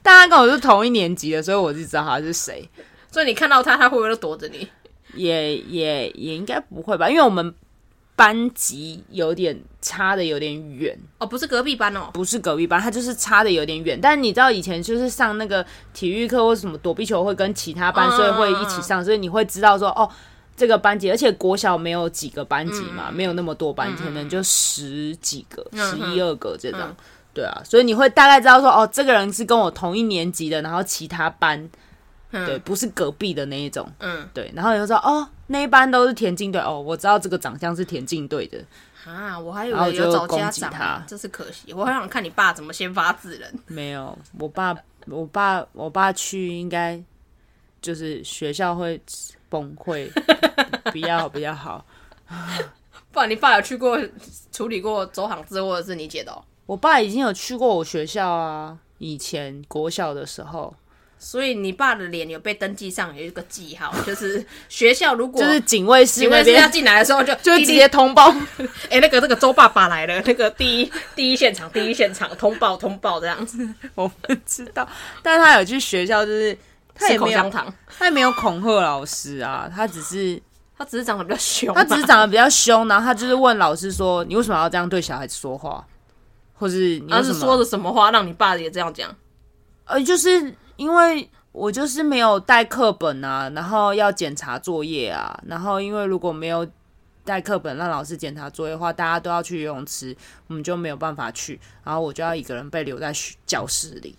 Speaker 2: 大家跟我是同一年级的，所以我就知道他是谁。
Speaker 1: 所以你看到他，他会不会都躲着你？
Speaker 2: 也也也应该不会吧，因为我们班级有点差的有点远，
Speaker 1: 哦，不是隔壁班哦，
Speaker 2: 不是隔壁班，他就是差的有点远。但你知道以前就是上那个体育课或什么躲避球会跟其他班，
Speaker 1: 嗯
Speaker 2: 所以会一起上，所以你会知道说哦。这个班级，而且国小没有几个班级嘛，
Speaker 1: 嗯
Speaker 2: 没有那么多班，可能就十几个、十一二个这种，
Speaker 1: 嗯
Speaker 2: 对啊，所以你会大概知道说，哦，这个人是跟我同一年级的，然后其他班，
Speaker 1: 嗯
Speaker 2: 对，不是隔壁的那一种，
Speaker 1: 嗯
Speaker 2: 对，然后有时候哦，那一班都是田径队哦，我知道这个长相是田径队的，
Speaker 1: 啊，我还以
Speaker 2: 然后
Speaker 1: 为
Speaker 2: 就
Speaker 1: 有找
Speaker 2: 攻
Speaker 1: 家
Speaker 2: 击
Speaker 1: 长
Speaker 2: 他
Speaker 1: 啊，这是可惜。我还想看你爸怎么先发制人。
Speaker 2: 没有，我爸，我爸，我爸去应该就是学校会崩溃， 比较比较好。
Speaker 1: 不然你爸有去过处理过走行字，或者是你姐的、哦，
Speaker 2: 我爸已经有去过我学校啊，以前国小的时候，
Speaker 1: 所以你爸的脸有被登记上有一个记号， 就是学校如果
Speaker 2: 就是警卫室
Speaker 1: 警
Speaker 2: 那
Speaker 1: 卫室要
Speaker 2: 边，
Speaker 1: 进来的时候就
Speaker 2: 就
Speaker 1: 滴
Speaker 2: 直
Speaker 1: 滴
Speaker 2: 接通报。
Speaker 1: 哎、那个那个周爸爸来了，那个第一第一现场，第一现场通报通报这样子，
Speaker 2: 我不知道，但他有去学校，就是他也
Speaker 1: 吃口
Speaker 2: 没
Speaker 1: 香
Speaker 2: 有，
Speaker 1: 糖，
Speaker 2: 他也没有恐吓老师啊，他只是。
Speaker 1: 他只是长得比较凶啊嘛，
Speaker 2: 他只是长得比较凶，然后他就是问老师说：“你为什么要这样对小孩子说话？”或是你
Speaker 1: 他啊
Speaker 2: 为
Speaker 1: 是
Speaker 2: 什
Speaker 1: 说
Speaker 2: 么？
Speaker 1: 的什么话让你爸也这样讲？
Speaker 2: 呃，就是因为我就是没有带课本啊，然后要检查作业啊，然后因为如果没有带课本让老师检查作业的话，大家都要去游泳池，我们就没有办法去，然后我就要一个人被留在学教室里。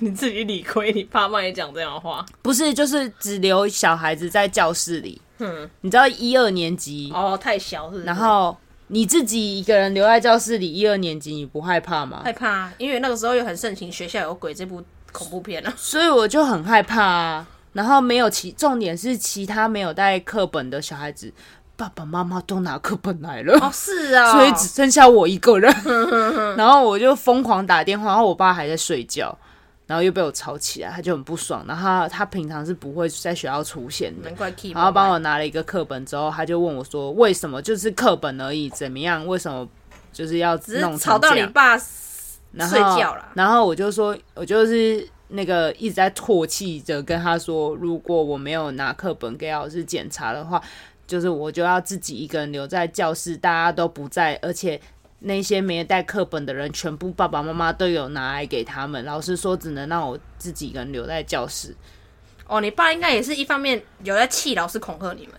Speaker 1: 你自己理亏，你爸妈也讲这样的话，
Speaker 2: 不是，就是只留小孩子在教室里。
Speaker 1: 嗯，
Speaker 2: 你知道一二年级，
Speaker 1: 哦，太小是不是
Speaker 2: 然后你自己一个人留在教室里，一二年级你不害怕吗？
Speaker 1: 害怕，因为那个时候又很盛行《学校有鬼》这部恐怖片啊，
Speaker 2: 所以我就很害怕啊。然后没有其重点是其他没有带课本的小孩子，爸爸妈妈都拿课本来了。
Speaker 1: 哦，是啊、
Speaker 2: 所以只剩下我一个人。然后我就疯狂打电话，然后我爸还在睡觉，然后又被我吵起来，他就很不爽。然后他他平常是不会在学校出现的
Speaker 1: 难，怪 keep
Speaker 2: 然后帮
Speaker 1: 我
Speaker 2: 我拿了一个课本之后，他就问我说：“为什么就是课本而已？怎么样？为什么就是要
Speaker 1: 只
Speaker 2: 弄
Speaker 1: 是
Speaker 2: 成
Speaker 1: 吵到
Speaker 2: 这
Speaker 1: 你
Speaker 2: 样？”
Speaker 1: 爸
Speaker 2: 然后
Speaker 1: 睡觉啦
Speaker 2: 然后我就说，我就是那个一直在唾弃着跟他说，如果我没有拿课本给老师检查的话，就是我就要自己一个人留在教室，大家都不在，而且。那些没带课本的人，全部爸爸妈妈都有拿来给他们。老师说只能让我自己一个人留在教室。
Speaker 1: 哦，你爸应该也是一方面有在气老师恐吓你 们，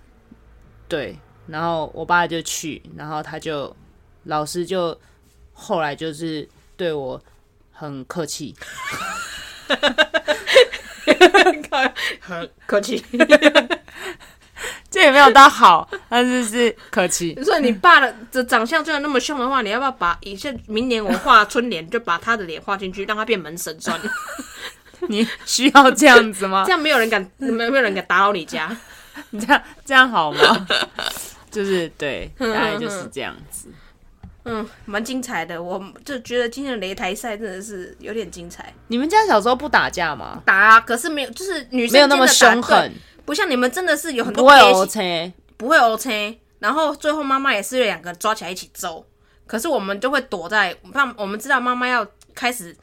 Speaker 2: 对，然后我爸就去，然后他就老师就后来就是对我很客气，
Speaker 1: 客气。
Speaker 2: 这也没有到好，但是是客气。
Speaker 1: 所以你爸的的长相真的那么凶的话，你要不要把以前明年我画春联，就把他的脸画进去，让他变门神算了？
Speaker 2: 你需要 这样子吗
Speaker 1: 这？样没有人敢，没有没有人敢打扰你家。
Speaker 2: 这样这样好吗？ 就是对，大概就是这样子。
Speaker 1: 嗯，蛮精彩的。我就觉得今天的擂台赛真的是有点精彩，
Speaker 2: 你们家小时候不打架吗？
Speaker 1: 打、啊、可是没有，就是女生
Speaker 2: 没有那么
Speaker 1: 间的打
Speaker 2: 凶狠，，
Speaker 1: 对不像你们真的是有很多
Speaker 2: 不会
Speaker 1: K-
Speaker 2: 哦 O K。
Speaker 1: 不会 O C，然后最后妈妈也是两个抓起来一起揍，可是我们就会躲在，怕我们知道妈妈要开始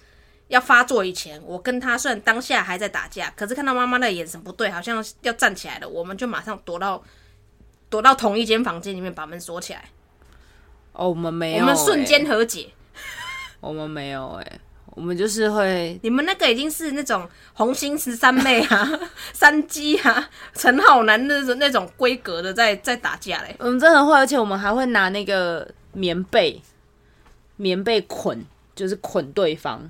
Speaker 1: 要发作以前，我跟她虽然当下还在打架，可是看到妈妈的眼神不对，好像要站起来了，我们就马上躲到躲到同一间房间里面，把门锁起来，
Speaker 2: 哦，我们没有、
Speaker 1: 我们瞬间，和解。
Speaker 2: 我们没有哎、我们就是会
Speaker 1: 你们那个已经是那种红星十三妹啊、 山鸡啊、陈浩南那种那种规格的在在打架嘞。
Speaker 2: 我们真的会，而且我们还会拿那个棉被，棉被捆，就是捆对方，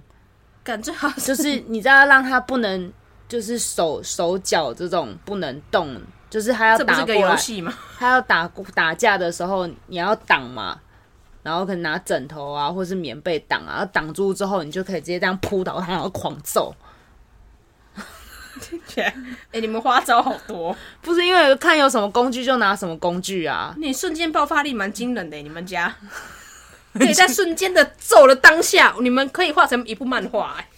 Speaker 1: 感觉好
Speaker 2: 就
Speaker 1: 像
Speaker 2: 是你知道让他不能，就是手手脚这种不能动，就是他要
Speaker 1: 这不是
Speaker 2: 打
Speaker 1: 个
Speaker 2: 过
Speaker 1: 游
Speaker 2: 来，
Speaker 1: 戏吗？
Speaker 2: 他要打打架的时候你要挡嘛，然后可能拿枕头啊或是棉被挡啊，然后挡住之后你就可以直接这样扑倒他，然后狂揍。
Speaker 1: 哎、你们花招好多，
Speaker 2: 不是因为看有什么工具就拿什么工具啊，
Speaker 1: 你瞬间爆发力蛮惊人的、你们 家可以在瞬间的揍的当下，你们可以画成一部漫画、哎，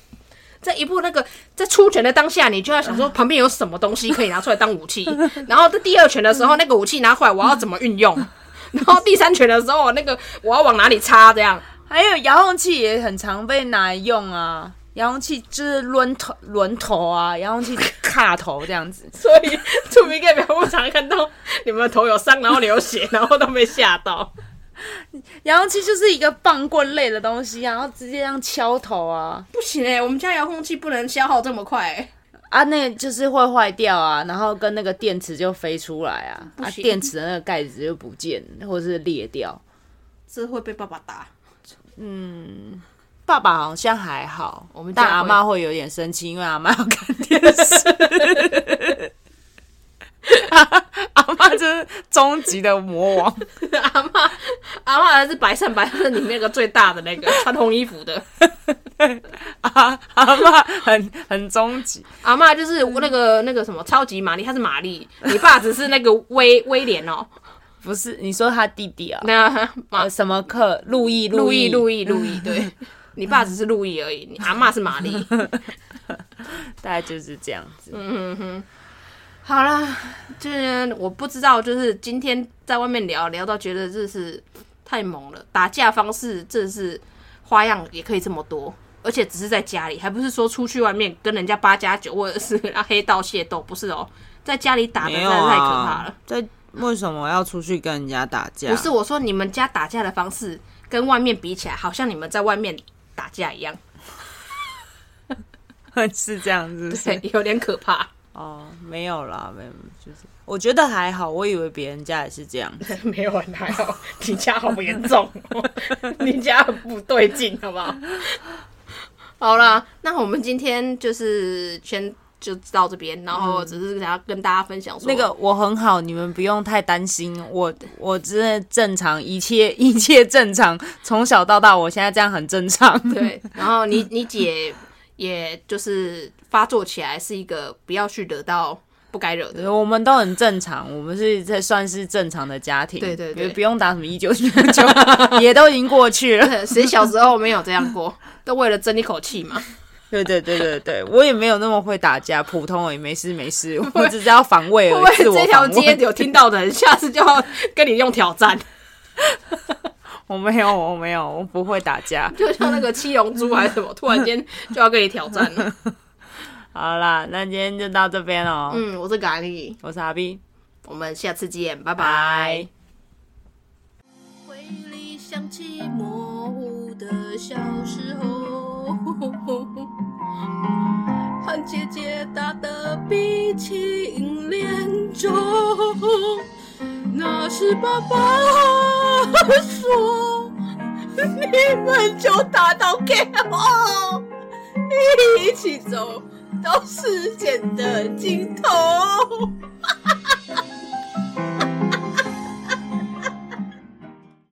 Speaker 1: 在一部那个在出拳的当下，你就要想说旁边有什么东西可以拿出来当武 器，然后在第二拳的时候，那个武器拿回来，我要怎么运 用？然后第三拳的时候，那个我要往哪里插？这样。
Speaker 2: 还有遥控器也很常被拿来用啊，遥控器就是抡头、抡头啊，遥控器卡头这样子
Speaker 1: 所以出名代表我常看到你们的头有伤，然后流血，然后都被吓到。
Speaker 2: 遥控器就是一个棒棍类的东西啊，然后直接这样敲头啊，
Speaker 1: 不行哎、我们家遥控器不能消耗这么快、哎
Speaker 2: 啊，那个就是会坏掉啊，然后跟那个电池就飞出来啊，
Speaker 1: 不
Speaker 2: 啊，
Speaker 1: 行
Speaker 2: 电池的那个盖子就不见或者是裂掉。
Speaker 1: 这会被爸爸打。
Speaker 2: 爸爸好像还好，我们但
Speaker 1: 家
Speaker 2: 阿
Speaker 1: 会
Speaker 2: 妈会有点生气，因为阿妈要看电视。 阿妈就是终极的魔王。
Speaker 1: 阿妈，阿妈是白善白善里面那个最大的那 个穿红衣服的
Speaker 2: 啊，阿妈很很终极，
Speaker 1: 阿妈，就是那个那个什么超级玛丽，她是玛丽，你爸只是那个威威廉哦，
Speaker 2: 不是你说他弟弟啊？
Speaker 1: 那玛
Speaker 2: 呃，什么课？路 易，
Speaker 1: 路易
Speaker 2: 易，
Speaker 1: 路
Speaker 2: 易，
Speaker 1: 易路易，对你爸只是路易而已，你阿妈是玛丽。
Speaker 2: 大概就是这样子。
Speaker 1: 嗯好啦，就是我不知道，就是今天在外面聊聊到觉得这是太猛了，打架方式这是花样也可以这么多，而且只是在家里，还不是说出去外面跟人家八加九或者是让黑道械斗，不是哦，在家里打的
Speaker 2: 啊
Speaker 1: 真的太可怕了。
Speaker 2: 在为什么要出去跟人家打架？
Speaker 1: 不是我说你们家打架的方式跟外面比起来，好像你们在外面打架一样，
Speaker 2: 我， 是这样子。
Speaker 1: 对，有点可怕。
Speaker 2: 哦，没有啦，没有，就是我觉得还好，我以为别人家也是这样。
Speaker 1: 没有很还好，你家好严重、哦， 你家很不对劲，好不 好？好啦，那我们今天就是先就到这边，然后只是想要跟大家分享说，
Speaker 2: 那个我很好，你们不用太担心，我我真的正常，一切 一切正常，从小到大，我现在这样很正常。
Speaker 1: 对，然后你你姐也就是发作起来是一个不要去惹到不该惹的。
Speaker 2: 我们都很正常，我们是这算是正常的家庭，
Speaker 1: 对对对
Speaker 2: 也不用打什么一九九 九，也都已经过去了。
Speaker 1: 谁小时候没有这样过？都为了争一口气 嘛。
Speaker 2: 对对对对对，我也没有那么会打架，普通而已，没事没事，我只是要防卫
Speaker 1: 会
Speaker 2: 而
Speaker 1: 不
Speaker 2: 已，
Speaker 1: 会
Speaker 2: 自 我
Speaker 1: 这条
Speaker 2: 防卫
Speaker 1: 街有听到的人，下次就要跟你用挑战？
Speaker 2: 我没有，我没有，我不会打架。
Speaker 1: 就像那个七龙珠还是什么，突然间就要跟你挑战了。
Speaker 2: 好啦，那今天就到这边哦。
Speaker 1: 嗯，我是咖喱，
Speaker 2: 我是阿 B，
Speaker 1: 我们下次见，拜
Speaker 2: 拜
Speaker 1: 拜。。
Speaker 3: 回忆想起模糊的小时候，和姐姐打的鼻青脸肿，那时爸 爸说你们就打到给我，一起走到世界的尽头。